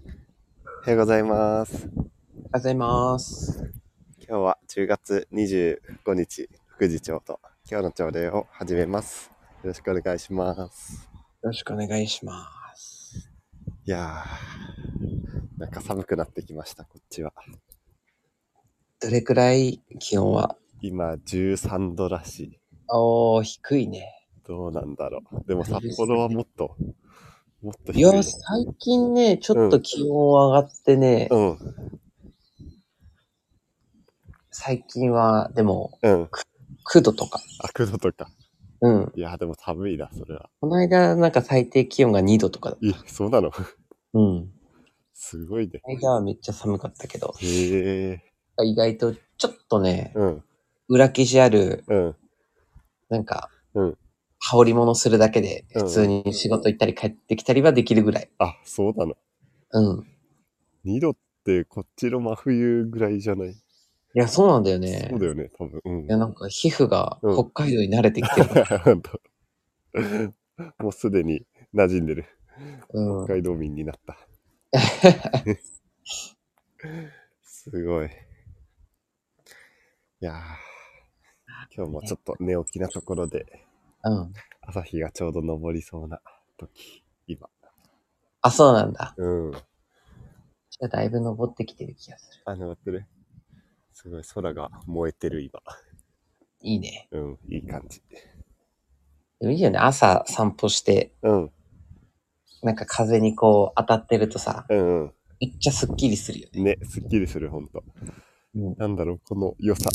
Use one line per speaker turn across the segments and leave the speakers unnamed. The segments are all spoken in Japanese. おはようございます。
おはようございます。
今日は10月25日、副次長と今日の朝礼を始めます。よろしくお願いします。
よろしくお願いします。
いやー、なんか寒くなってきました、こっちは。
どれくらい気温は
今13度らしい。
おー、低いね。
どうなんだろう。でも札幌はもっと、もっと
い
低い。
や、最近ね、ちょっと気温上がってね、
うん、
最近は、でも、
うん。
9度とか。
悪度とか。
うん。
いやー、でも寒いな、それは。
この間、なんか最低気温が2度とかだ。
いそうなの
うん。
すごいね。
この間はめっちゃ寒かったけど、
へえ。
意外とちょっとね、
うん、
裏生地ある、
うん。
なんか、
うん
羽織り物するだけで、普通に仕事行ったり帰ってきたりはできるぐらい。
あ、そうなの。
うん。
2度ってこっちの真冬ぐらいじゃない
いや、そうなんだよね。
そうだよね、多分。うん
いや、なんか皮膚が
うん
北海道に慣れてきて る。
ほんと。 もうすでに馴染んでる。
うん。
北海道民にな った。すごい。いやー今日もちょっと寝起きなところで、
うん。
朝日がちょうど昇りそうな時、今。
あ、そうなんだ。
うん。
じゃあだいぶ登ってきてる気がする。
あの、待ってね。すごい空が燃えてる今。
いいね。
うん、いい感じ。
でもいいよね。朝散歩して、
うん、
なんか風にこう当たってるとさ、
うん、う
めっちゃスッキリするよね。
ん。ね、すっきりする、ほんと。
うん。
なんだろう、この良さ。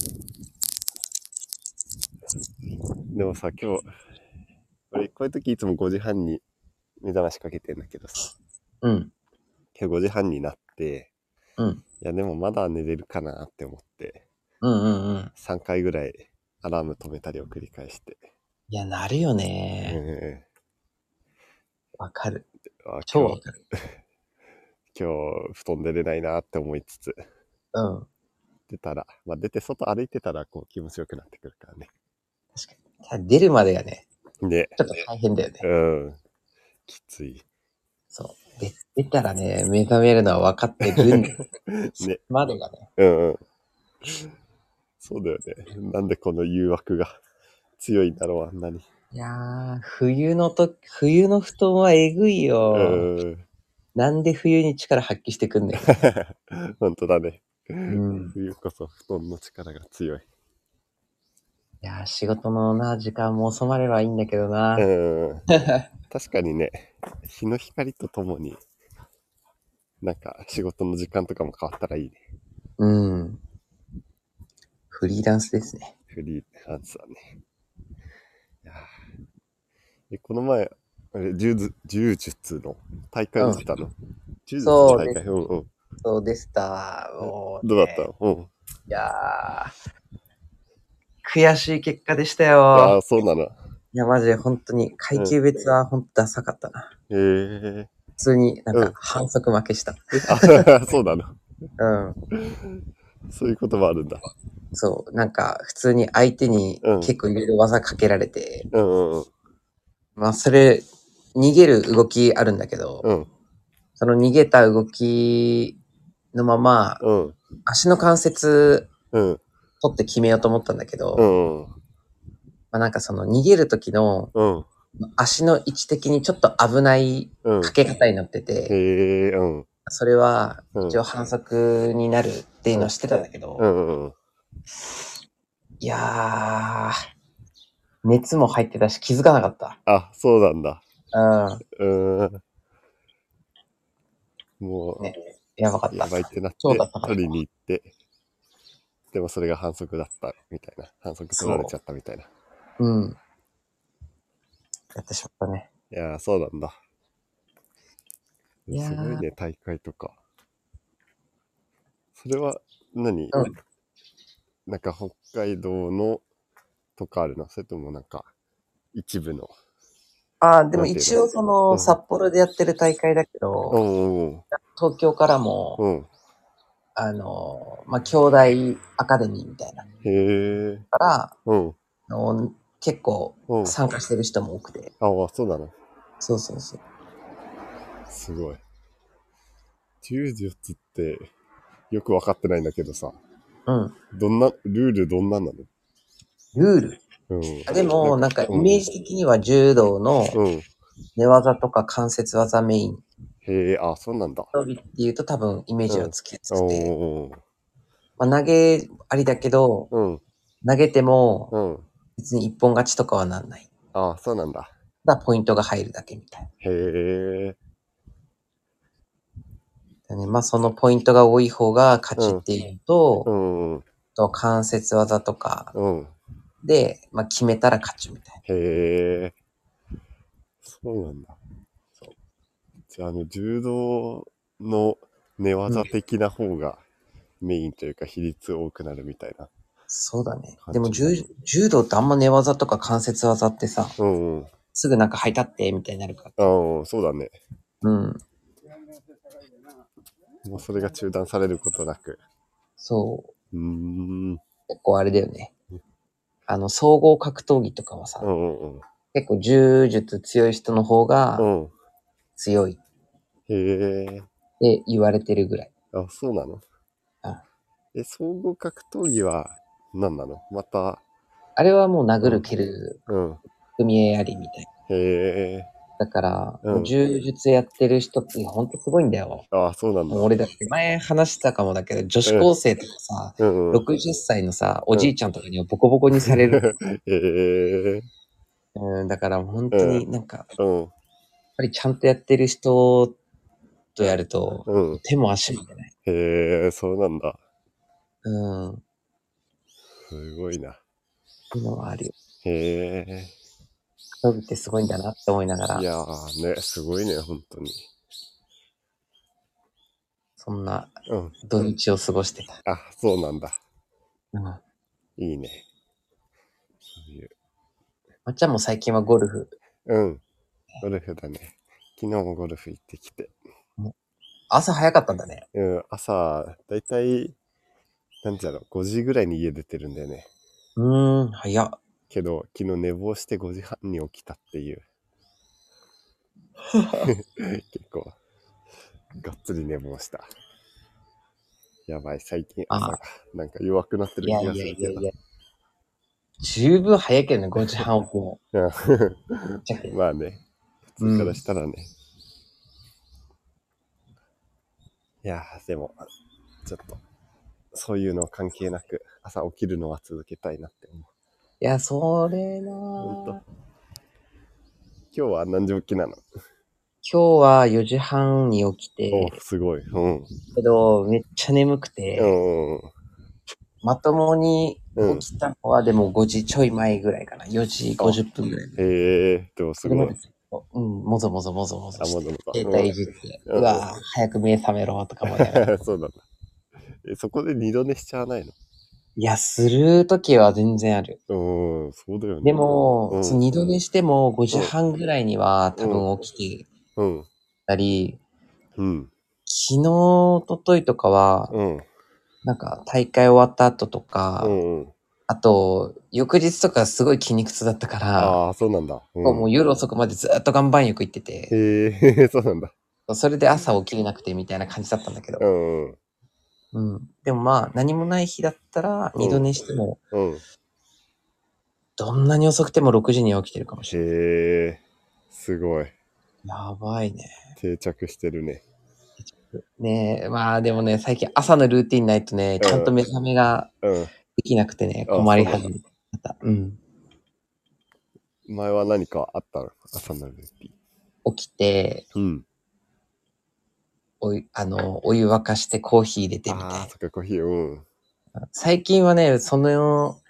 でもさ、今日、俺、こういう時いつも5時半に目覚ましかけてんだけどさ、
うん。
今日5時半になって、
うん。
いや、でもまだ寝れるかなって思って、
うんうんうん。
3回ぐらいアラーム止めたりを繰り返して。
いや、なるよ
うん
ね。
う
わかる。
ん。あ
超
今
わ
日、
かる。
今日、布団出れないなって思いつつ、
うん。
出たら、まあ、出て外歩いてたら、こう、気持ちよくなってくるからね。
確かに。出るまでがね、
ね、
ちょっと大変だよね。
うん。きつい。
そう。で出たらね、目覚めるのは分かってるんだけど
ね
までがね。
うんうん。そうだよね。なんでこの誘惑が強いんだろう、あんなに。
いやー、冬のと、冬の布団はえぐいうよ。
ーん。
なんで冬に力発揮してくんだよ。
本当だね。
ん
冬こそ布団の力が強い。
いやー、仕事のな、時間も収まればいいんだけどな。
うん。確かにね、日の光とともに、なんか仕事の時間とかも変わったらいいね。
うん。フリーランスですね。
フリーランスはね。いやーえこの前、あれ、柔術柔術の大会をしてたの。柔術の大会。うんうん。
そうでした。もう、
どうだったうん。
いやー、悔しい結果でした
ああ
よ。
ー、そうなの。
いや、マジで本当に、階級別は本当ダサかったな。
へえ。
普通になん
うん
か反則負けした。
あ そうなの。
うん。
そういうこともあるんだ。
そう、なんか普通に相手に
うん
結構いろいろ技かけられて、
うんうん
まあそれ、逃げる動きあるんだけど、
うん。
その逃げた動きのまま、
うん
足の関節
うん。
取って決めようと思ったんだけど、
う
ま
ん
あなんかその逃げる時の
うん。
足の位置的にちょっと危ない
うん。
かけ方になってて、
へえ、うん。
それは
うん
一応反則になるっていうのは知ってたんだけど、
うんうん。
いやー、熱も入ってたし気づかなかった。
あ、そうなんだ。
うん。
うーん。もう、
ねやばかった。
やばいってなって、
そうだったかな
取りに行って、でもそれが反則だったみたいな。反則取られちゃったみたいな。い
うん。やってしまったね。
やー、そうなんだ。
いや
す
ー
ごいね、大会とか。それは何、
うん
なんか北海道のとかあるなそれともなんか一部の。
ああ、でも
なんていうの
一応そ
うん
の、札幌でやってる大会だけ
う
ど、
ん
東京からも、
うんうん。
あの、まあ、兄弟アカデミーみたいなの
へえ。
から、
うん
あの結構
うん。
参加してる人も多くて。
ああ、そうなの。
そうそうそう。
すごい。柔術ってよくわかってないんだけどさ、
うん。
どんな、ルールどんなんなの
ルール。
うん。
あでも、なんかイメージ的には柔道の
うん。うん。
寝技とか関節技メイン。
へえ、あ、そうなんだ。
伸びっていうと多分イメージがつきやす
お
くて。
お
まあ、投げありだけど、
ー。うん。
投げても
うん。
別に一本勝ちとかはなんない。
あ、そうなんだ。
ただポイントが入るだけみたい
へえ。
な。ね、まあそのポイントが多い方が勝ちっていうのと、
うん。うん。
あと関節技とか
うん。
で、まあ決めたら勝ちみたい
へえ。そうなんだ。そうじゃあ、あの、柔道の寝技的な方がメインというか、比率多くなるみたいな。
な。そうだね。
勝ち
でも柔柔道ってあんま寝技とか関節技ってさ、
うんうん。
すぐなんか入ったってみたいになるか
ああ、そうだね。
ら。うん。
もうそれが中断されることなく。
そう。
うーん。
結構あれだよね。あの、総合格闘技とかはさ、
うんうんうん。
結構柔術強い人の方が
うん。
強いっ
へえ。
て言われてるぐらい。
あ、そうなの
あ
え、総合格闘技は何なのまた、
あれはもう殴る蹴る
うん。
組み合いありみたい
へえ。
な。だから、
うん
もう柔術やってる人ってほんとすごいんだよ。
あ、そうなんだ
もう。俺だって前話したかもだけど、女子高生とかさ、
うんうん。
60歳のさ、おじいちゃんとかにはボコボコにされる。
へえ。
うん、だから本当になんか、やっ
うん。
ぱりちゃんとやってる人とやると、
うん。
手も足も出ない。
へえ、そうなんだ。
うん、っ
すごいな。
ていうのはあるよ。
へえ。
競技ってすごいんだなって思いなが
い
ら、
やーね、すごいね、本当に。
そんな
うん。
土日を過ごしてた。
あ、そうなんだ。
うん。ま
いいね。そういう。
っちゃんも最近はゴルフ。
うん。ゴルフだね。昨日もゴルフ行ってきて。
朝早かったんだね。
うん、朝、だいたい、なんていうの、5時ぐらいに家出てるんだよね。
うーん、早っ。
けど、昨日寝坊して5時半に起きたって いう。結構、がっつり寝坊した。やばい、最近朝がなんか弱くなってる
い
気
や
が
いや
する
い
け
やい
ど。
や。十分早いけどね、5時半起きも。
うん まあね、普通からしたらね。いやー、でも、ちょっと、そういうの関係なく、朝起きるのは続けたいなって思う。
いや、それな
ほんと
ぁ。
今日は何時起きなの
今日は4時半に起きて、
おすごい。うん。
けど、めっちゃ眠く
う
て、
ん。うん
まともに
うん
起きたのはでも5時ちょい前ぐらいかな。4時50分ぐらい。
へえ、でもすごい。
うん、もぞもぞもぞもぞ
あ、
し
も
て、
ともと。
携帯いじって、
うん
うわぁ、早く目覚めろとか思いながら。
うん そうなんだ。え、そこで二度寝しちゃわないの
いや、するときは全然ある。
うーん、そうだよね。
でも、
うん
その二度寝しても5時半ぐらいには多分起きて
うん。
たり、
うん。
昨日、一昨日とかは、
うん。
なんか大会終わった後とか、
うんうん。
あと、翌日とかすごい筋肉痛だったから、
ああ、そうなんだ。うん
もう夜遅くまでずっと岩盤浴行ってて、
へえ、そうなんだ。
それで朝起きれなくてみたいな感じだったんだけど
う、んうん。
うん。でもまあ、何もない日だったら、
うん
二度寝しても、
うん。へ
どんなに遅くても6時には起きてるかもしれない。
え、すごい。
やばいね。
定着してるね。
ねえ、まあでもね、最近朝のルーティンないとね、ちゃんと目覚めが
うん。
できなくてね、
あ
困り始めた。うん。
前は何かあったの朝のルーティ
起きて、
ン。うん。
お湯、あの、お湯沸かしてコーヒー入れてみたい
ああ、そっか、コーヒー、うん。
な。最近はね、そ
う
の、
ん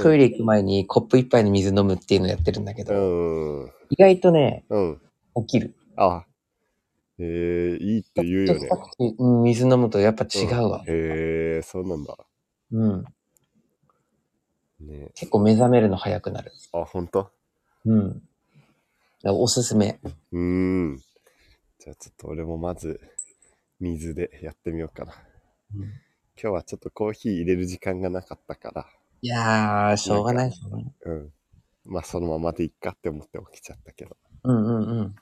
トイレ行く前にコップ一杯の水飲むっていうのやってるんだけ
う
ど、
ん。うん
意外とね、
うん。
起きる。
あへえ、いいって言うよね
ちょ。っとうん水飲むとやっぱ違うわ。
へえ、そうなんだ。
うん。
ね
結構目覚めるの早くなる。
あ、ほんと
うん。だからおすすめ。
うーん。じゃあちょっと俺もまず、水でやってみようかな。
うん
今日はちょっとコーヒー入れる時間がなかったから、
いやー、しょうがないしょうがない。
うん。まあそのままでいっかって思って起きちゃったけど。
うんうんうん。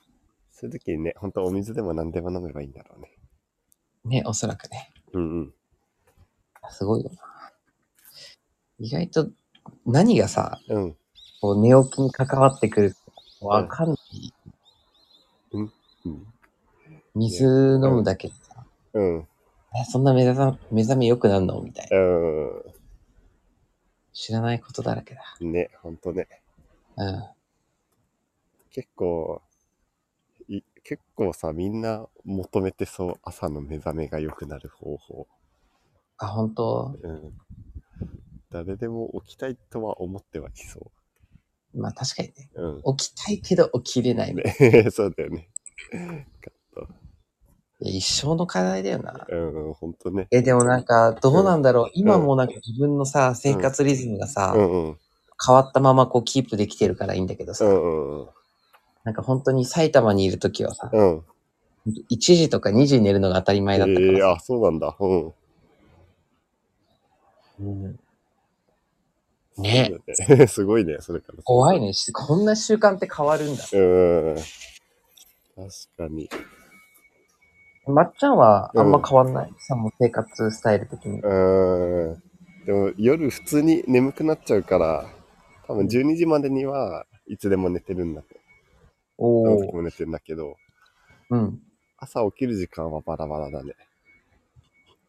そういう時にね、ほんとお水でも何でも飲めばいいんだろうね。
ね、おそらくね。
うんうん。
すごいよな。意外と、何がさ、
うん。
こう、寝起きに関わってくるかわかんない。
うん。
水飲むだけでさ、
うん。
え、そんな目覚め目覚め良くなるのみたいな。
う
知らないことだらけだ。
ん。ね、ほんとね。
うん。
結構、い結構さ、みんな求めてそう、朝の目覚めが良くなる方法。
あ、本当
うん。誰でも起きたいとは思ってはいそ
まあ確かにね。
う。うん。
起きたいけど起きれ ないみたい
ねそうだよね。
な。いや一生の課題だよな。
うん、ほんとね。
え、でもなんか、どうなんだろう。今
うん
もなんか自分のさ、生活リズムがさ、
うんうん。
変わったままこうキープできてるからいいんだけど
う
さ、
んうん
なんか本当に埼玉にいるときはさ、
うん。うん。
1時とか2時に寝るのが当たり前だったか
え
ら
え
さ、
あ、そうなんだ。うん。
うんね
そうだね すごいね、それから。
怖いね。しこんな習慣って変わるんだ。
うん。確かに。
まっちゃんはあんま変わんない。さ、もう生活スタイル的に。
うん。でも夜普通に眠くなっちゃうから、多分12時までにはいつでも寝てるんだけど、
お
何時
お。
も寝てるんだけど、
うん。
朝起きる時間はバラバラだね。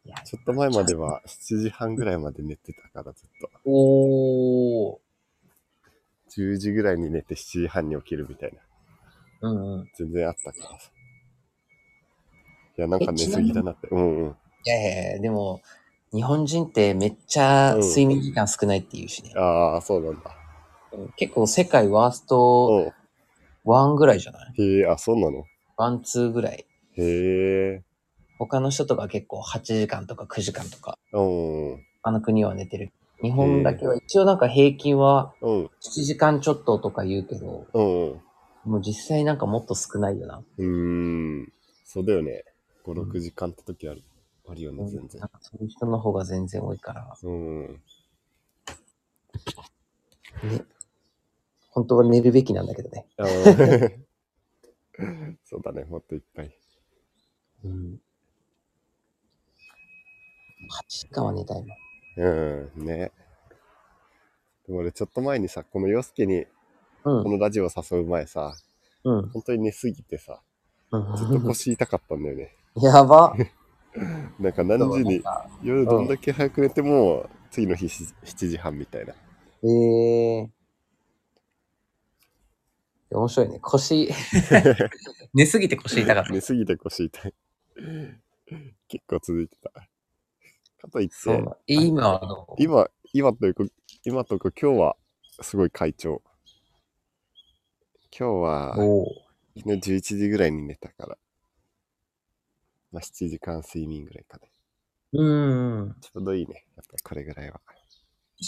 いや
ちょっと前までは7時半ぐらいまで寝てたからずっと。
おお。
10時ぐらいに寝て7時半に起きるみたいな。
うんうん。
全然あったからさ。いや、なんか
え
寝
ちな
す
みに
ぎだなって。うんうん。
いやいやいや、でも、日本人ってめっちゃ
うん
睡眠時間少ないっていうしね。
ああ、そうなんだ。
結構世界ワースト
うん。
1ぐらいじゃない
へえ、あ、そうなの
?1、2ぐらい。
へえ。
他の人とか結構8時間とか9時間とか、
うんうん。
あの国は寝てる。日本だけは一応なんか平均は
うん。
7時間ちょっととか言うけど、
うんうん。
もう実際なんかもっと少ないよな。
うーん。そうだよね。5、
うん
6時間って時ある。あるよ
な
ね、全
ん
然。
かそういう人の方が全然多いから、
うん。
本当は寝るべきなんだけどね。
あー そうだね、もっといっぱい。
うん。8時間は寝たいな。
うん、ね。でも俺、ちょっと前にさ、この洋介に
う
こ
ん。
のラジオ誘う前さ、
うん。
本当に寝すぎてさ、ずっと
う
腰痛かったんだよ ね。
ん、やば。
なんか何時に、夜どんだけ早く寝ても、次の日し7時半みたいな。
ええー。面白いね。 腰。寝すぎて腰痛かった。
寝すぎて腰痛い。結構続いてた。かといって、
そうな。今はどう
今、今というか、今というか今日はすごい快調。今日は
おう
昨日11時ぐらいに寝たから、まあ、7時間睡眠ぐらいかね。
うんうん。
ちょうどいいね。やっぱりこれぐらいは。
確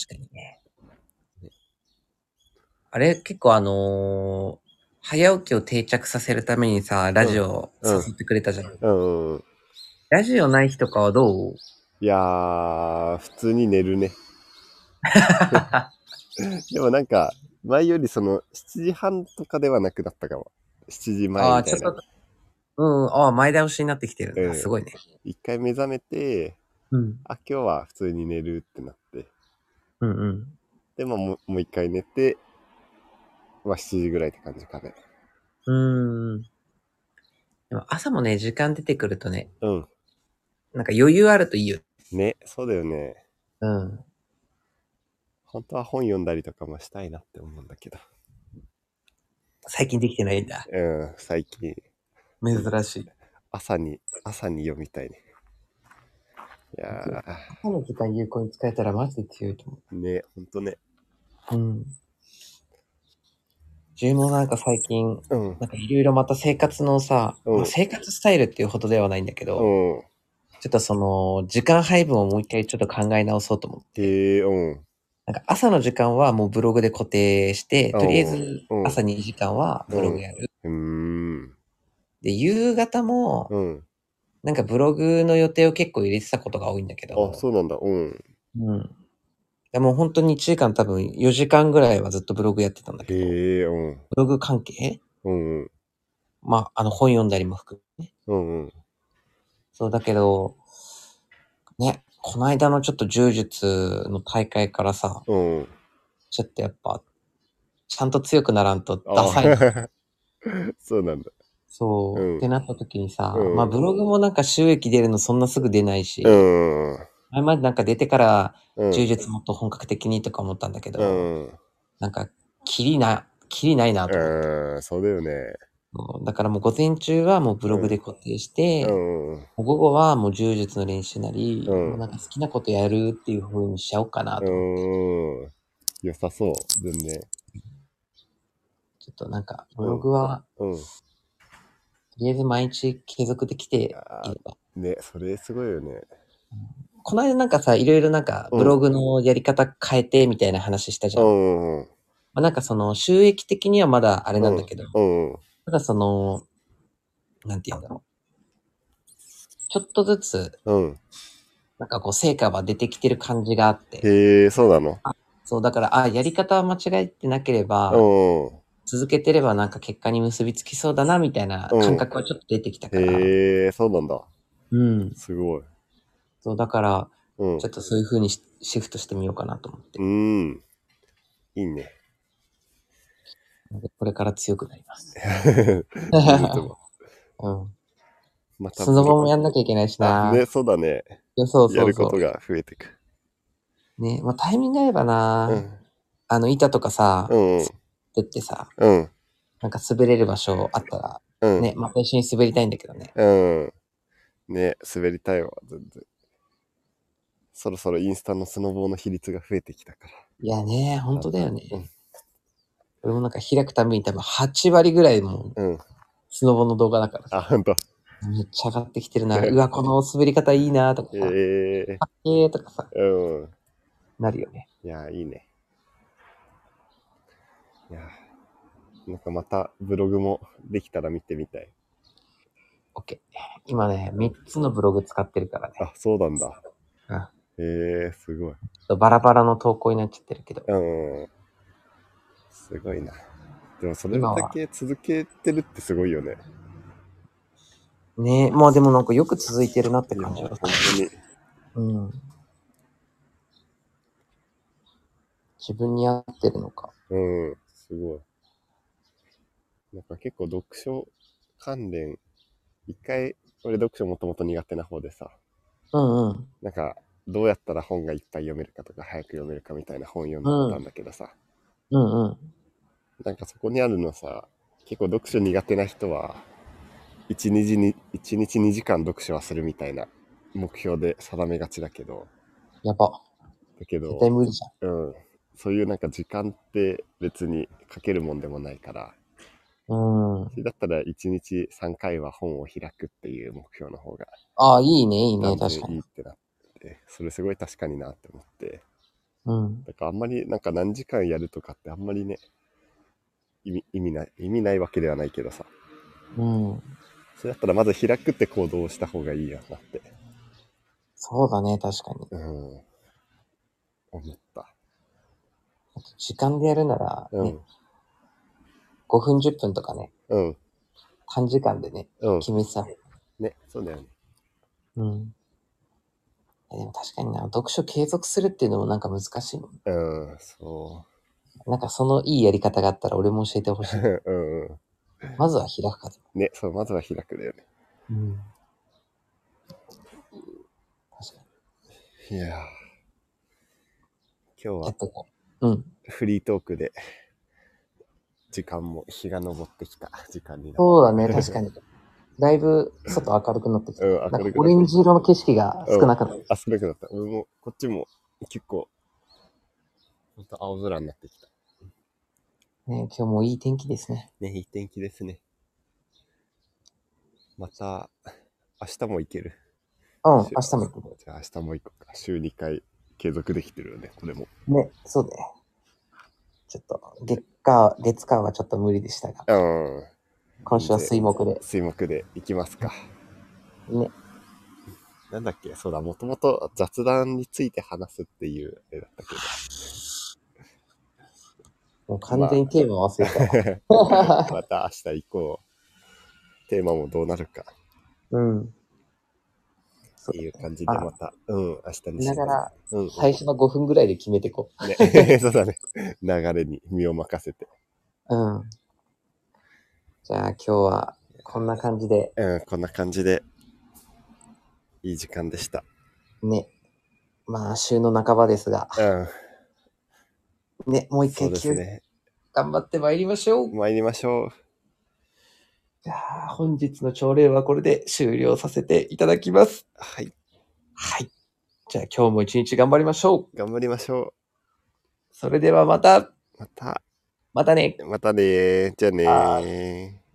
かにね。あれ、結構あのー早起きを定着させるためにさ、ラジオ
うん
誘ってくれたじゃん。
うん、うん。
ラジオない日とかはどう
いやー、普通に寝る ね。でもなんか、前よりその7時半とかではなくなったかも。7時
あ
前
あ、
み
ち
た
ょ
い
っ
な。。
とうん、ああ、前倒しになってきてるんだ。
うん
すごいね。
一回目覚めて、
うん。
あ、今日は普通に寝るってなって。
うんうん。
で、まあもうもう一回寝て、まあ7時ぐらいって感じかね。
うん。でも朝もね、時間出てくるとね、
うん。
なんか余裕あるといいよ。
ね、そうだよね。
うん。
本当は本読んだりとかもしたいなって思うんだけど。
最近できてないんだ。
うん、最近、
珍しい。
朝に、朝に読みたいね。いや
朝の時間有効に使えたらマジで強いと思
ー、ね、ほんとね。
う。うん。自分もなんか最近、
うん。
なんかいろいろまた生活のさ、
うん
まあ生活スタイルっていうほどではないんだけど、
うん。
ちょっとその、時間配分をもう一回ちょっと考え直そうと思って。
で、うん。
なんか朝の時間はもうブログで固定して、
うん
とりあえず
うん
朝2時間はブログやる。
うーん。
で、夕方も、
うん。
なんかブログの予定を結構入れてたことが多いんだけど、
あ、そうなんだ。うん。
うん。でもう本当に1時間多分4時間ぐらいはずっとブログやってたんだけど、ブ
へえ、うん。
ログ関係
うんうん。
まあ、あの本読んだりも含め、ね、
うんうん。
そう、だけど、ね、この間のちょっと柔術の大会からさ、
うん。
ちょっとやっぱ、ちゃんと強くならんと
あ
ダ サいな。
そうなんだ。
そう、
うん
ってなった時にさ、
うん
まあブログもなんか収益出るのそんなすぐ出ないし、
うん。うん
前までなんか出てから柔術もっと本格的にとか思ったんだけど、
うん。
なんか、キリな、キリないなと思って。
うん。そうだよね。
そうだからもう午前中はもうブログで固定して、
うん。
もう午後はもう柔術の練習なり、
うん
もうなんか好きなことやるっていう風にしちゃおうかなと思って、
うん。良さそう。全然。
ちょっとなんかブログは
うん。
とりあえず毎日継続できていれ
あ
ば。
ね、それすごいよね。
この間なんかさ、いろいろなんか
うん
ブログのやり方変えてみたいな話したじゃ。
うん
ま
ん。うん。
あ、なんかその収益的にはまだあれなんだけど、
うん。
ただその、なんて言うんだろう。ちょっとずつ、
うん。
なんかこう成果は出てきてる感じがあって、
へえ、そうなの
そうだから、あやり方は間違えてなければ、
う
続けてればなんか結果に結びつきそうだなみたいな感覚はちょっと出てきたか
ん。
ら、
へえ、そうなんだ。
うん。
すごい。
そうだから、
うん
ちょっ。とそういう風にしシフトしてみようかなと思って、
うん。いいね。
これから強くなります。 うん。
また
スノボもやんなきゃいけないしな。
ね、そうだね。
いやそうそうそう。
やることが増えてく。
ね、まあ、タイミング合えばな、
うん。
あの、板とかさ、
う
出
ん。
ってさ、
うん。
なんか滑れる場所あったら、
うん。
ね、また一緒に滑りたいんだけどね。
うん。ね、滑りたいわ、全然。そろそろインスタのスノボーの比率が増えてきたから。
いやね、本当だよね
うん。
俺もなんか開くために多分8割ぐらいもう
うん。
スノボの動画だからさ
あ、ほんと。
めっちゃ上がってきてるな。
ね
うわ、この滑り方いいなとか
え
さ、え
え
ーとかさ、
うん。
なるよね。
いや、いいね。いや、なんかまたブログもできたら見てみたい。
OK。今ね、3つのブログ使ってるからね。
あ、そうなんだ。
うん
ええすごい。
ちょっとバラバラの投稿になっちゃってるけど。
うん。すごいな。でもそれだけ続けてるってすごいよね。
ねまあでもなんかよく続いてるなって
いや、
感じ
本
は。
当に。
うん。自分に合ってるのか。
うん、すごい。なんか結構読書関連、一回、俺読書もともと苦手な方でさ、
うんうん。
なんかどうやったら本がいっぱい読めるかとか早く読めるかみたいな本読んでたんだけどさ、
うんうん。
なんかそこにあるのさ、結構読書苦手な人は、1日に、1日2時間読書はするみたいな目標で定めがちだけど、
やば。
だけど
絶、対無理じゃん。
うん、そういうなんか時間って別にかけるもんでもないから、
う
そ
ん。
れだったら1日3回は本を開くっていう目標の方が
ああ、いいね、いいね、
断然
確か
いい
に
っ。てなってそれすごい確かになって思って
うん。
だからあんまりなんか何時間やるとかってあんまりね意味意味ない意味ないわけではないけどさ
うん。
それだったらまず開くって行動をした方がいいよなって、
そうだね、確かに。
うん、思った、
時間でやるなら、
う
ね
ん
5分、10分とかね、
うん
短時間でね、
うん
決めてたの。
ねそうだよね
うん。えでも確かにな、読書継続するっていうのもなんか難しいもん。
うんそ
なんかそのいいやり方があったら俺も教えてほ しい。
う うんう
まずは開くかと。
んねそうまずは開くだよね
うん。確か
いやー今日
に。
は
やっとこう。うん。
フリートークで時間も日が昇ってきた時間にな
そうだね、 確かに。だいぶ外明るくなってきた。
うん
なん
明
か
るく
オ
な
レ
っ
ンジ色の景色が少なくなった。
たあ少なくなった俺もこっちも結構ほんと青空になってきた
ね、今日もいい天気ですね。
ねいい天気ですねまた明日も行ける
うん、
うん
明日も行く。
じゃあ明日も行こうか週2回継続できてるよねこれも
ね、そうだよ。ちょっと、月火、月火はちょっと無理でしたが、
うん
今週は水木で。
水木で行きますか
ね。
なんだっけそうだもともと雑談について話すっていうあれだったけど
もう完全にテーマ忘れたわ。
また明日行こう。テーマもどうなるか。
うん。
っていう感じで、また、うん、明日にしよう
だから、
うん。
最初の5分ぐらいで決めてこ
ね、 そうだね。流れに身を任せて。
う。うん。じゃあ今日はこんな感じで、
うん、こんな感じで、いい時間でした。
ね。まあ週の半ばですが、
うん、
ね、もう一
そう
回
です
休、
ね。
頑張ってまいりましょう。
参りましょう。
じゃあ本日の朝礼はこれで終了させていただきます。
はい、
はい。じゃあ今日も一日頑張りましょう。
頑張りましょ
それではまた、
う。また、
またね。
またねー。じゃあねー。